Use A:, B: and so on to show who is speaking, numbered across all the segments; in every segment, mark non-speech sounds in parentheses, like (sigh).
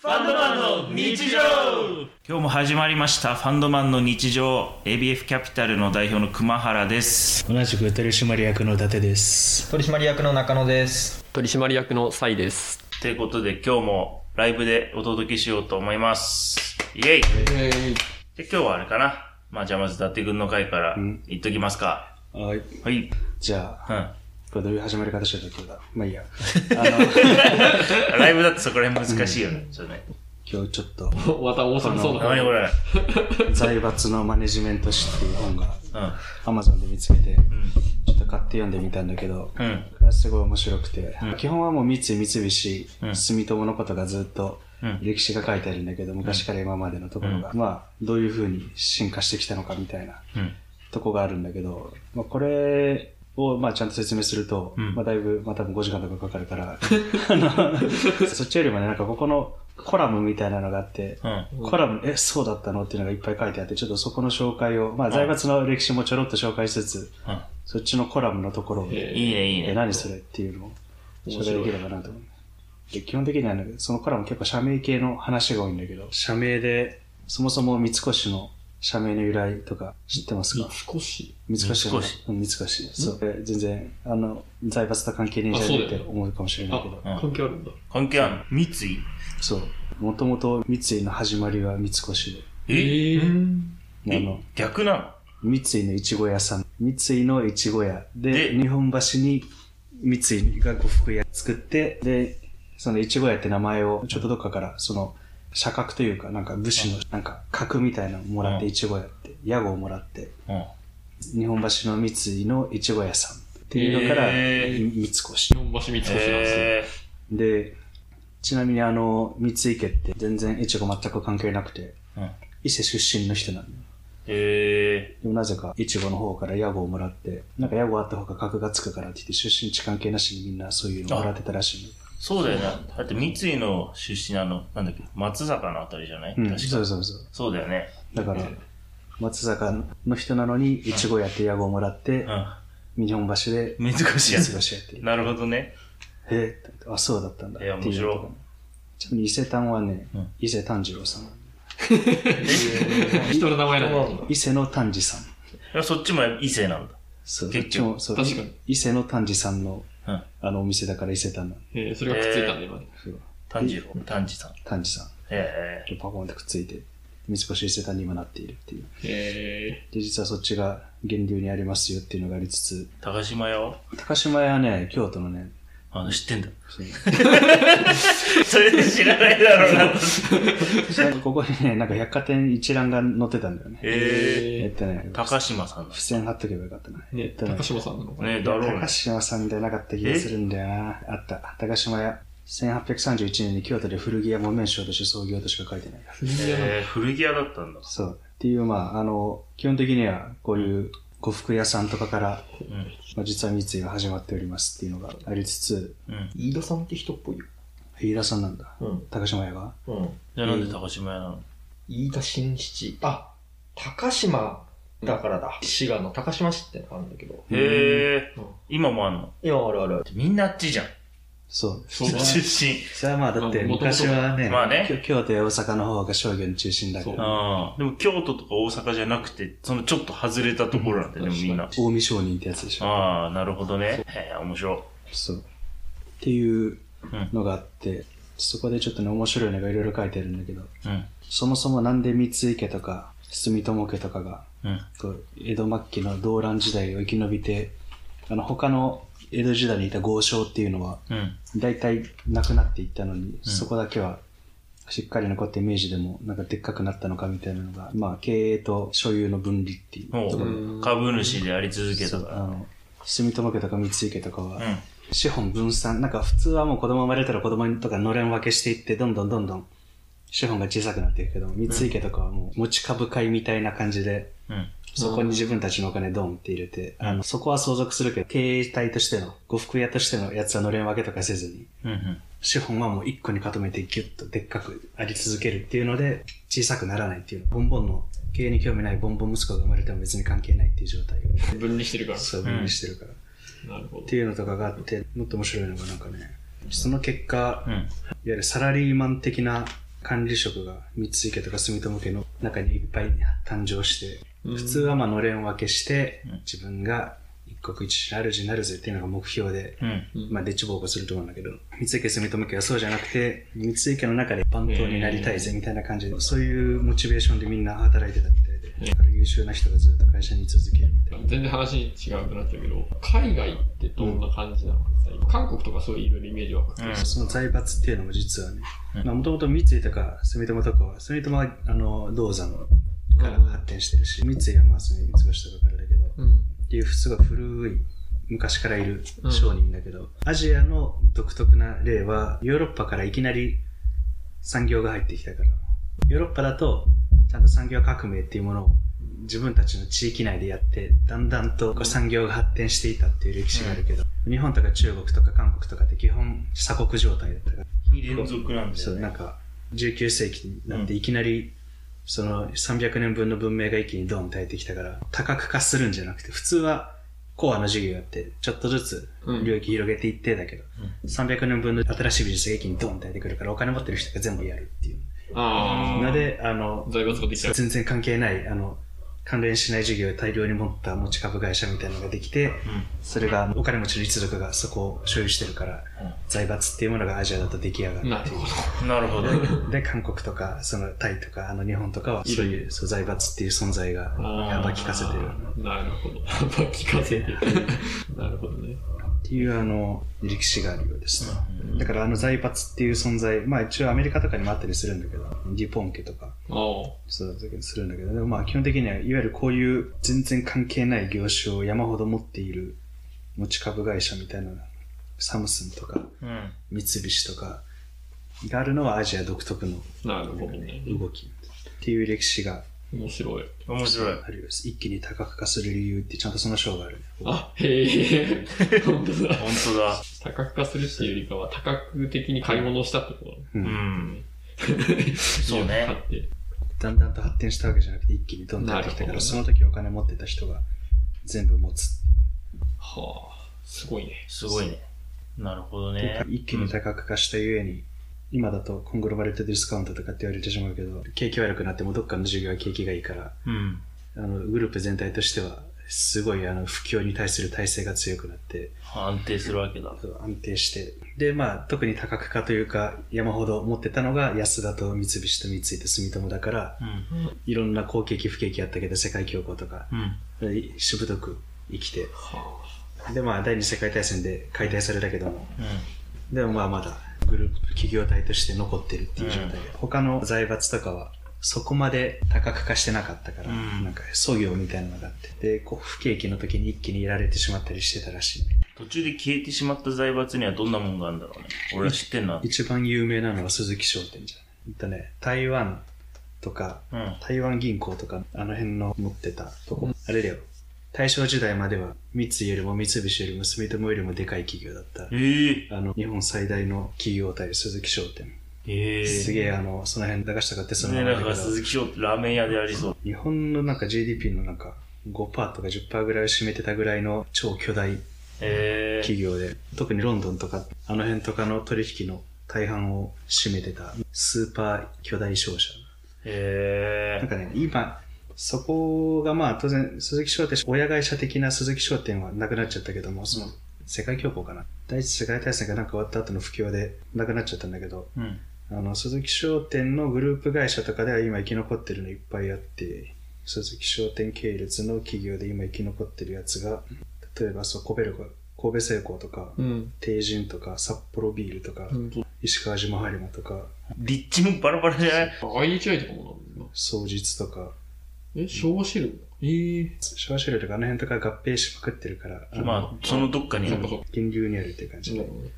A: ファンドマンの日常
B: 今日も始まりましたファンドマンの日常 ABF キャピタルの代表の熊原です
C: 同じく取締役の伊達です
D: 取締役の中野です
E: 取締役のサイです。
B: ということで今日もライブでお届けしようと思いますイエイで今日はあれかなまあじゃあまず伊達君の回から言っときますか、
C: はい
B: はい、
C: じゃあ
B: うん、
C: これどういう始まり方してた今日だまあいいや
B: ライブだってそこら辺難しいよね、ちょっとね
C: 今日ちょっと
E: また多そうな
B: 何これ
C: 「財閥のマネジメント史」っていう本が
B: うん
C: アマゾンで見つけてちょっと買って読んでみたんだけど
B: うん
C: これはすごい面白くて、
B: うん
C: 基本はもう三井三菱、
B: うん
C: 住友のことがずっと
B: うん
C: 歴史が書いてあるんだけど昔から今までのところが、まあどういうふうに進化してきたのかみたいな
B: うん
C: とこがあるんだけど、まあ、これをまあちゃんと説明すると、
B: うん
C: まあ、だいぶ、まあ、多分5時間とかかかるから、 (laughs) あのそっちよりもね、なんかここのコラムみたいなのがあって、
B: うん
C: コラム、え、そうだったのっていうのがいっぱい書いてあって、ちょっとそこの紹介を、まあ、財閥の歴史もちょろっと紹介しつつ、
B: う
C: そっちのコラムのところを、
E: へ
B: んいいねいい
C: え、
B: ね
C: 何それっていうのを紹
E: 面
C: 介
E: 白
C: でき
E: い
C: ればなと思う。で基本的にはね、そのコラム結構社名系の話が多いんだけど、社名で、そもそも三越の社名の由来とか知ってますか
E: 少し。
C: 三越じゃない
B: 三
C: うん三越そうえ全然あの財閥と関係ねえじゃね
E: あそ
C: え
E: うだ
C: っ
E: よ
C: て思うかもしれないけど
B: うん
E: あ、関係あるんだ。
B: 関係あるの三井
C: そうもともと三井の始まりは三越
B: え
E: え
C: であ
B: え
C: の
B: 逆な
C: 三井のいちご屋さん三井のいちご屋で
B: で
C: 日本橋に三井が呉服屋作ってでそのいちご屋って名前をちょっとどっかからその社格というかなんか武士のなんか格みたいなのをもらって
B: うん
C: いちご屋って屋号をもらって
B: の
C: 日本橋の三井のいちご屋さんっていうのから
B: へー
C: 三越
E: 日本橋三越なんで
B: え
C: で、ちなみにあの、三井家って全然越後全く関係なくて、
B: ーうん
C: 伊勢出身の人なんだよ。
B: え
C: でもなぜか越後の方から屋号をもらって、なんか屋号あった方が格がつくからって言って、出身地関係なしにみんなそういうのをもらってたらしい
B: ー、そうだよな。だって三井の出身なの、なんだっけ、松坂のあたりじゃない、
C: の。うん、
B: 確
C: そ
B: か
C: う。そうそう。
B: そうだよね。
C: だから、松坂の人なのに、越後屋って屋号をもらって、日本橋で、
B: うん。難しい
C: 三
B: や
C: 越屋
B: つ。
C: っていう。
B: なるほどね。
C: えーあ、そうだったんだ。
B: いや面白い
C: ってうのがちなみに伊勢丹はね、
B: うん
C: 伊勢丹次
B: (laughs)
C: 郎さん。
E: すね。人の名前なんだ。
C: 伊勢の丹治さん。
B: いやそっちも伊勢なんだ。
C: そう、どっ
B: 結
C: ち
B: 局
C: も、そう、
E: 確かに
C: 伊勢の丹治さんの、
B: うん
C: あの、お店だから伊勢丹の、
E: えー、それがくっついたんだ、今ね。
C: そう
B: 炭治郎、炭治さん。
C: 丹治さん
B: え
C: とパコンってくっついて、三越伊勢丹に今なっているっていう。
E: え
C: で、実はそっちが源流にありますよっていうのがありつつ、
B: ー、高島屋を
C: 高島屋はね、京都のね、
B: あの、知 (laughs) ってんだ。
C: そう
B: それで知らないだろうな。
C: (laughs) ここにね、なんか百貨店一覧が載ってたんだよね。
B: え
C: えっ
E: え
C: とね
B: ー、、高島さんだ
C: 付。箋貼っとけばよかったな。
E: ー。ね、
C: えっとね
E: 高島さんなのかな。
B: ねだろうね
C: 高。島さんでなかった気がするんだよな。あった。高島屋。1831年に京都で古着屋木綿商として創業としか書いてない。
B: えー、古着屋だったんだ。
C: そう。っていう、まあ、あの、基本的には、こういう呉服屋さんとかから、
B: うん。
C: まあ、実は三井が始まっておりますっていうのがありつつ、
B: うん。
D: 飯田さんって人っぽいよ。
C: 飯田さんなんだ。
D: うん。
C: 高島屋が。
D: うん。
B: じゃあなんで高島屋なの
D: 飯田新七。あ、高島だからだ。滋賀の高島市ってのがあるんだけど。
B: えー
D: うん、
B: 今もあんの
D: 今あるあるある。
B: みんなあっちじゃん。
C: そう。
E: そうだね
B: 出身。
C: それはまあ、だって昔はね、
B: まあね
C: きょ京都や大阪の方が商業の中心だけ
E: そ
C: ど、
B: ああ。でも京都とか大阪じゃなくて、そのちょっと外れたところなんだよね、
E: うん
B: みんな。
C: 近江商人ってやつでしょ。
B: ああ、なるほどね。へえ、面白
C: そう。っていうのがあって、そこでちょっとね、面白いのがいろいろ書いてあるんだけど、
B: い。うん。
C: そもそもなんで三井家とか、住友家とかが
B: うん。
C: こう江戸末期の動乱時代を生き延びてあの他の江戸時代にいた豪商っていうのは
B: うん。
C: 大体なくなっていったのに、
B: うん
C: そこだけはしっかり残って明治でもなんかでっかくなったのかみたいなのが、まあ、経営と所有の分離っていう
B: も
C: ところで
B: う、株主であり続けた
C: そう
B: か
C: あ
B: ら。
C: の住友家とか三井家とかは、
B: うん。
C: 資本分散なんか普通はもう子供生まれたら子供とかのれん分けしていってどんどんどんどん資本が小さくなっていくけど三井家とかはもう持ち株会みたいな感じで。
B: うん。
C: そこに自分たちのお金ドンって入れて、
B: うん
C: あのそこは相続するけど、経営体としての、呉服屋としてのやつはのれん分けとかせずに、
B: うん。うん。
C: 資本はもう一個に固めてギュッとでっかくあり続けるっていうので、小さくならないっていう、ボンボンの、経営に興味ないボンボン息子が生まれても別に関係ないっていう状態を、
E: 分離して
D: (laughs)
E: るから。
C: そういうふうにしてるから、
E: なるほ
C: っ
E: ど。
C: ていうのとかがあって、もっと面白いのがなんかね、その結果、
B: う
C: いわ
B: ん。
C: ゆるサラリーマン的な管理職が三井家とか住友家の中にいっぱい誕生して、普通はまあのれん分けして
B: うん、
C: 自分が一国一主になるぜっていうのが目標で、
B: うん。
C: まあ、でっち奉公すると思うんだけど、三井家住友家はそうじゃなくて、三井家の中で番頭になりたいぜみたいな感じで、そういうモチベーションでみんな働いてたみたいで、だから優秀な人がずっと会社に居続けるみたいな。
E: 全然話違うくなっちゃうけど、海外ってどんな感じなの韓国とかそういういろいろイメージは湧くけど
B: うん
C: その財閥っていうのも実はね
B: うん、
C: もともと三井とか住友とかは、住友はあの銅山から発展してるし、三井はまあ住吉とかからだけど、
E: うん。
C: っていうすごい古い昔からいる商人だけど、アジアの独特な例はヨーロッパからいきなり産業が入ってきたからヨーロッパだとちゃんと産業革命っていうものを自分たちの地域内でやってだんだんとこう産業が発展していたっていう歴史があるけど、日本とか中国とか韓国とかって基本鎖国状態だったから
B: 非連続なんです
C: そ
B: よ
C: う
B: ね。
C: なんか19世紀になっていきなり、その300年分の文明が一気にドンと耐えてきたから多角化するんじゃなくて普通はコアの授業やってちょっとずつ
E: うん
C: 領域広げていってだけど、300年分の新しい美術が一気にドンと耐えてくるからお金持ってる人が全部やるっていう
E: ああ。
C: のであの
E: 財閥ができちゃう。
C: 全然関係ないあの関連しない授業を大量に持った持ち株会社みたいなのができて、それがお金持ちの一族がそこを所有してるから、
B: うん
C: 財閥っていうものがアジアだと出来上がる
E: な
C: っ
E: る
C: ていう
E: ほど。
B: なるほど。
C: (laughs) で、韓国とか、そのタイとか、あの日本とかは、
E: いる
C: そういうそう財閥っていう存在が
E: あー
C: 暴きかせてる。
E: なるほど。暴きかせてる。 (laughs) なるほどね。
C: っていう、あの、歴史があるようですね。
B: うん
C: だから、あの財閥っていう存在、まあ一応アメリカとかにもあったりするんだけど、デュポン家とか、
E: ああ。
C: そうだったりするんだけど、でもまあ基本的には、いわゆるこういう全然関係ない業種を山ほど持っている持ち株会社みたいな、サムスンとか、
B: うん。
C: 三菱とか、があるのはアジア独特の
E: なるほどね。
C: 動きっていう歴史が
E: 面白い。
B: 面白い。
C: あるようです一気に多角化する理由ってちゃんとその章があるね。
E: あ、へえ。本当だ。
B: 本当だ。
E: 多角化するっていうよりかは、多角的に買い物をしたってこと
C: う
B: うんん。
E: そう
B: ね
E: 買って。
C: だんだんと発展したわけじゃなくて一気にどんどん出てきたか
E: な
C: ら、
E: るほどね
C: その時お金持ってた人が全部持つ
E: はあ。すごいね。
B: すごいね。なるほど
C: っていう
B: ね
C: か。一気に多角化したゆえに、今だとコングロバレットディスカウントとかって言われてしまうけど、景気悪くなってもどっかの授業は景気がいいから、
B: うん。
C: あのグループ全体としては、すごいあの不況に対する体制が強くなって、
B: 安定するわけだ。
C: 安定して。で、まあ、特に多角化というか、山ほど持ってたのが安田と三菱と三井と住友だから、
B: うん。
C: いろんな好景気不景気あったけど、世界恐慌とか、
B: うん。
C: しぶとく生きて。
E: は
C: で、まあ、第二次世界大戦で解体されたけども、
B: うん。
C: でもまあ、まだグループ企業体として残ってるっていう状態で、他の財閥とかは、そこまで多角化してなかったから、
B: うん
C: なんか、創業みたいなのがあって、で、こう、不景気の時に一気にやられてしまったりしてたらしい。
B: 途中で消えてしまった財閥にはどんなもんがあるんだろうね。俺は知ってんな。
C: 一番有名なのは鈴木商店じゃない。えっとね、台湾とか、
B: うん。
C: 台湾銀行とかあの辺の持ってたとこあれだよ大正時代までは三井よりも三菱よりも住友よりもでかい企業だった
B: ええ。
C: あの日本最大の企業体鈴木商店
B: ええ。
C: すげえあのその辺駄菓子とかってその
B: ね、
C: まま
B: なん
C: だけ
B: か
C: ど
B: 鈴木翔ってラーメン屋でありそう。
C: 日本のなんか GDP のなんか5%とか10%ぐらいを占めてたぐらいの超巨大
B: ええ。
C: 企業で特にロンドンとかあの辺とかの取引の大半を占めてたスーパー巨大商社
B: え
C: なんかね、今、そこがまあ当然、鈴木商店、親会社的な鈴木商店はなくなっちゃったけども、その世界恐慌かな。第一次世界大戦がなんか終わった後の不況でなくなっちゃったんだけど、
B: え。うん。
C: あの、鈴木商店のグループ会社とかでは今生き残ってるのいっぱいあって、鈴木商店系列の企業で今生き残ってるやつが、例えばそう、コベルコ、神戸製鋼とか、
E: うん。
C: 帝人とか、札幌ビールとか、
E: 本当。
C: 石川島播磨とか、
B: 立地もバラバラじゃない
E: IHI とかもなんだな。
C: 双日とか、
E: え、昭和シェルええ。
C: 小シェルとかあの辺とか合併しまくってるから、あの
B: まあ、そのどっかにあ
E: そっ
B: る
E: か。そっか。
C: 源流にあるっていう感
E: そ
C: じ
E: う
C: で、
E: だろうね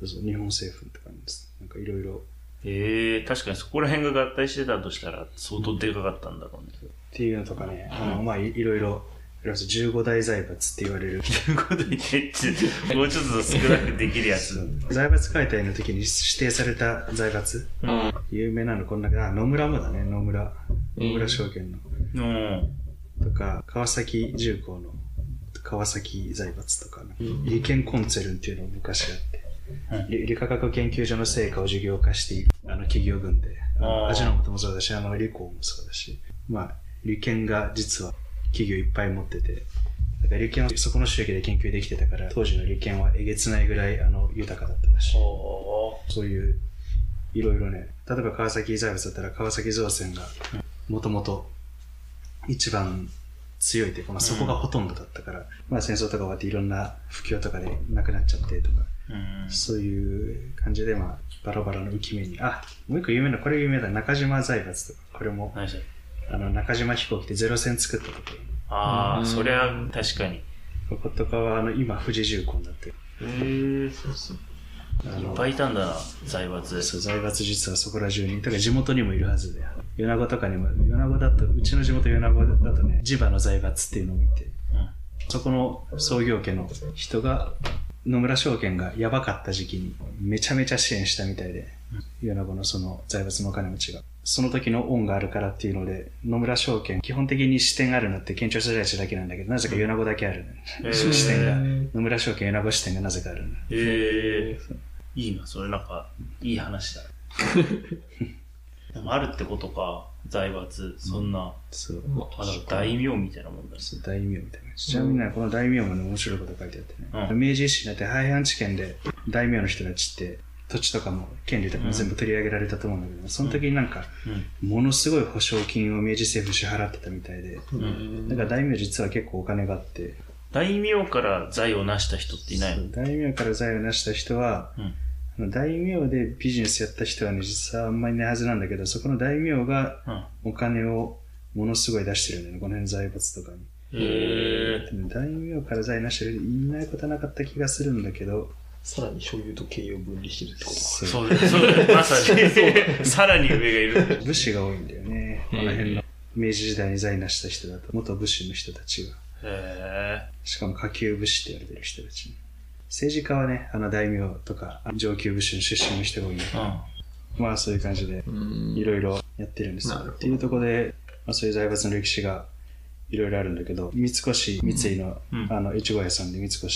C: そうそう日本政府とかですなんかいろいろっ
B: ええ確かにそこら辺が合体してたとしたら相当でかかったんだろうね。
C: ていうのとかね、あのまあいいろいろいろいろ15大財閥って言われる
B: ということで、 (laughs) ねちょもうちょっと少なくできるやつ。
C: 財閥解体の時に指定された財閥
E: あ
C: 有名なのこんなあ野村もだね野村野村証券の、
B: うん。
C: とか川崎重工の川崎財閥とか、ね
E: ん
C: 利権コンツェルンっていうのが昔あって、理理化学研究所の成果を事業化してあの企業群であの
B: あー
C: 味の素もそうだし、あの、リコもそうだし、まあ、リケンが実は企業いっぱい持ってて、だからリケンはそこの収益で研究できてたから、当時のリケンはえげつないぐらい、あの、豊かだったらしい。
B: おー
C: そういう、いろいろね、例えば川崎財閥だったら川崎造船が、もともと一番強いというか、まあ、そこがほとんどだったから、まあ戦争とか終わっていろんな不況とかでなくなっちゃってとか、
B: うん。
C: そういう感じで、まあ、バラバラの浮き目に、あ、もう一個有名な、これ有名だ、中島財閥とか、これも、
B: 何でした
C: あの、中島飛行機でゼロ戦作ったとこ
B: あ
E: う
B: あ、
E: ん
B: そりゃ確かに。
C: ろ、こことかは、あの、今、富士重工になってる。
B: へ
D: そうそう。
C: あ
B: いっ
C: の
B: ぱいいたんだな、財閥。
C: そう財閥実はそこら中にだから地元にもいるはずで米子とかにも米子だとうちの地元米子だとね地場の財閥っていうのを見て、
B: うん
C: そこの創業家の人が野村証券がやばかった時期にめちゃめちゃ支援したみたいで、米子のその財閥のお金持ちがその時の恩があるからっていうので野村証券基本的に支店があるのって県庁所在地だけなんだけどなぜか米子だけある、ね
B: へー
C: 支店が野村証券米子支店がなぜかあるんだ
B: へえいいな、それなんか、いい話 (laughs) だ。でもあるってことか、財閥、そんな、
C: そう
E: ま
B: あだから大名みたいなもんだし。
C: そう大名みたいな。ちなみにねこの大名もね、面白いこと書いてあってね。
B: う
C: 明治維新になって廃藩置県で大名の人たちって土地とかも権利とかも全部取り上げられたと思うんだけど、その時になんか、ものすごい保証金を明治政府支払ってたみたいで、
B: うん
C: だから大名実は結構お金があって、
B: 大名から財を成した人っていない
C: そ
B: の
C: う大名から財を成した人は、
B: うん
C: あの大名でビジネスやった人はね、実はあんまりいないはずなんだけど、そこの大名が
B: うん
C: お金をものすごい出してるんだよね、この辺財閥とかに。
B: へえ
C: でも大名から財なしでいないことはなかった気がするんだけど、
D: さらに醤油と経営を分離してるってことか。
C: そう
B: そうだよ、 (laughs) そうだよ、まさに。さらに上がいる。 (laughs)
C: 武士が多いんだよね、この辺の。明治時代に財なした人だと、元武士の人たちが。
B: へ
C: しかも下級武士って言われてる人たちね。政治家はね、あの大名とか上級武士の出身の人が多いんだけ
B: え
C: どまあそういう感じで、いろいろやってるんですよ
E: なるほど
C: っていうところで、まあ、そういう財閥の歴史がいろいろあるんだけど、三越、三井の、
B: うん
C: あの、越後屋さんで三越っ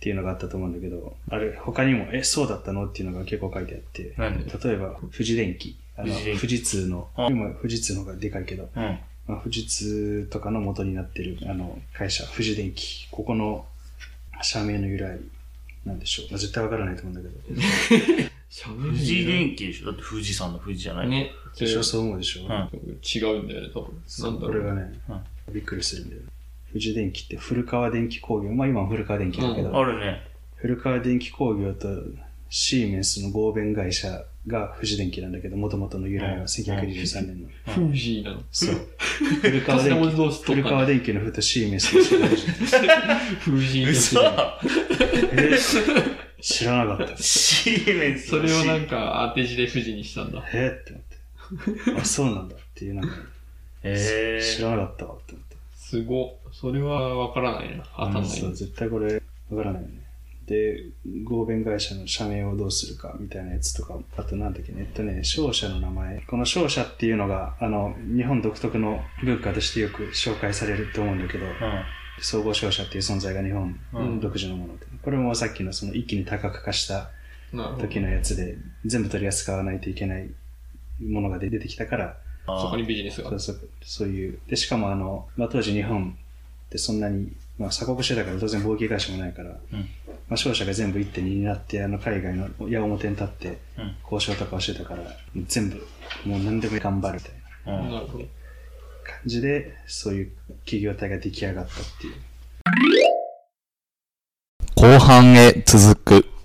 C: ていうのがあったと思うんだけど、あれ、他にも、え、そうだったのっていうのが結構書いてあって、
B: 何
C: 例えば、富士電機、あの
B: 富士電機
C: 富士通の、
B: あ
C: 今富士通の方がでかいけど、
B: うん。うん。
C: まあ、富士通とかの元になってるあの会社、富士電機、ここの社名の由来なんでしょう。まあ、絶対わからないと思うんだけど、
B: 富士
E: 電
B: 電機でしょだって富士山の富士じゃない。
E: ね。
C: 最初そう思うでしょ。
B: うん
E: 違うんだよね、多分。なんだ
C: これ
E: ろ
C: が
E: う。
C: ね、びっくりするんだよ。富士電機って古川電機工業、まあ今は古川電機だけど、
B: あるね。
C: 古川電機工業とシーメンスの合弁会社が富士電機なんだけど、もともとの由来は1923年の。
E: フージーなの。
C: そう。古川
E: カスタ
C: 電
E: ム
C: 機。
E: ズ同士とか
C: 古川電機のふとシーメンスの世界中
E: フージー
B: 嘘
C: え知らなかった。
B: シーメンス
E: そ
B: の
E: れをなん
B: か、
E: か当て字で富士にしたんだ。
C: えーって思って。あ、そうなんだっていう、なんか、
B: へ
C: 知
B: え
C: らなかったわって思って。
E: すご。それはわからないな。当たんない
C: そう、絶対これ、わからないよね。で、合弁会社の社名をどうするかみたいなやつとか、あとなんだっけね、えっとね、商社の名前。この商社っていうのが、あの、日本独特の文化としてよく紹介されると思うんだけど、総合商社っていう存在が日本
B: うん
C: 独自のもので、これもさっきのその一気に多角化した
E: なるほど。
C: 時のやつで、全部取り扱わないといけないものが出てきたから、
E: そこにビジネスが
C: そ。うそうそういう。で、しかもあの、まあ、当時日本ってそんなに、まあ、鎖国してたから当然貿易会社もないから、
B: うん
C: まあ、商社が全部1.2になって、あの、海外の矢面に立って
B: うん、
C: 交渉とかをしてたから、全部、もう何でも頑張るみたいな
B: うん。うん
E: なるほど。
C: 感じで、そういう企業体が出来上がったっていう。
F: 後半へ続く。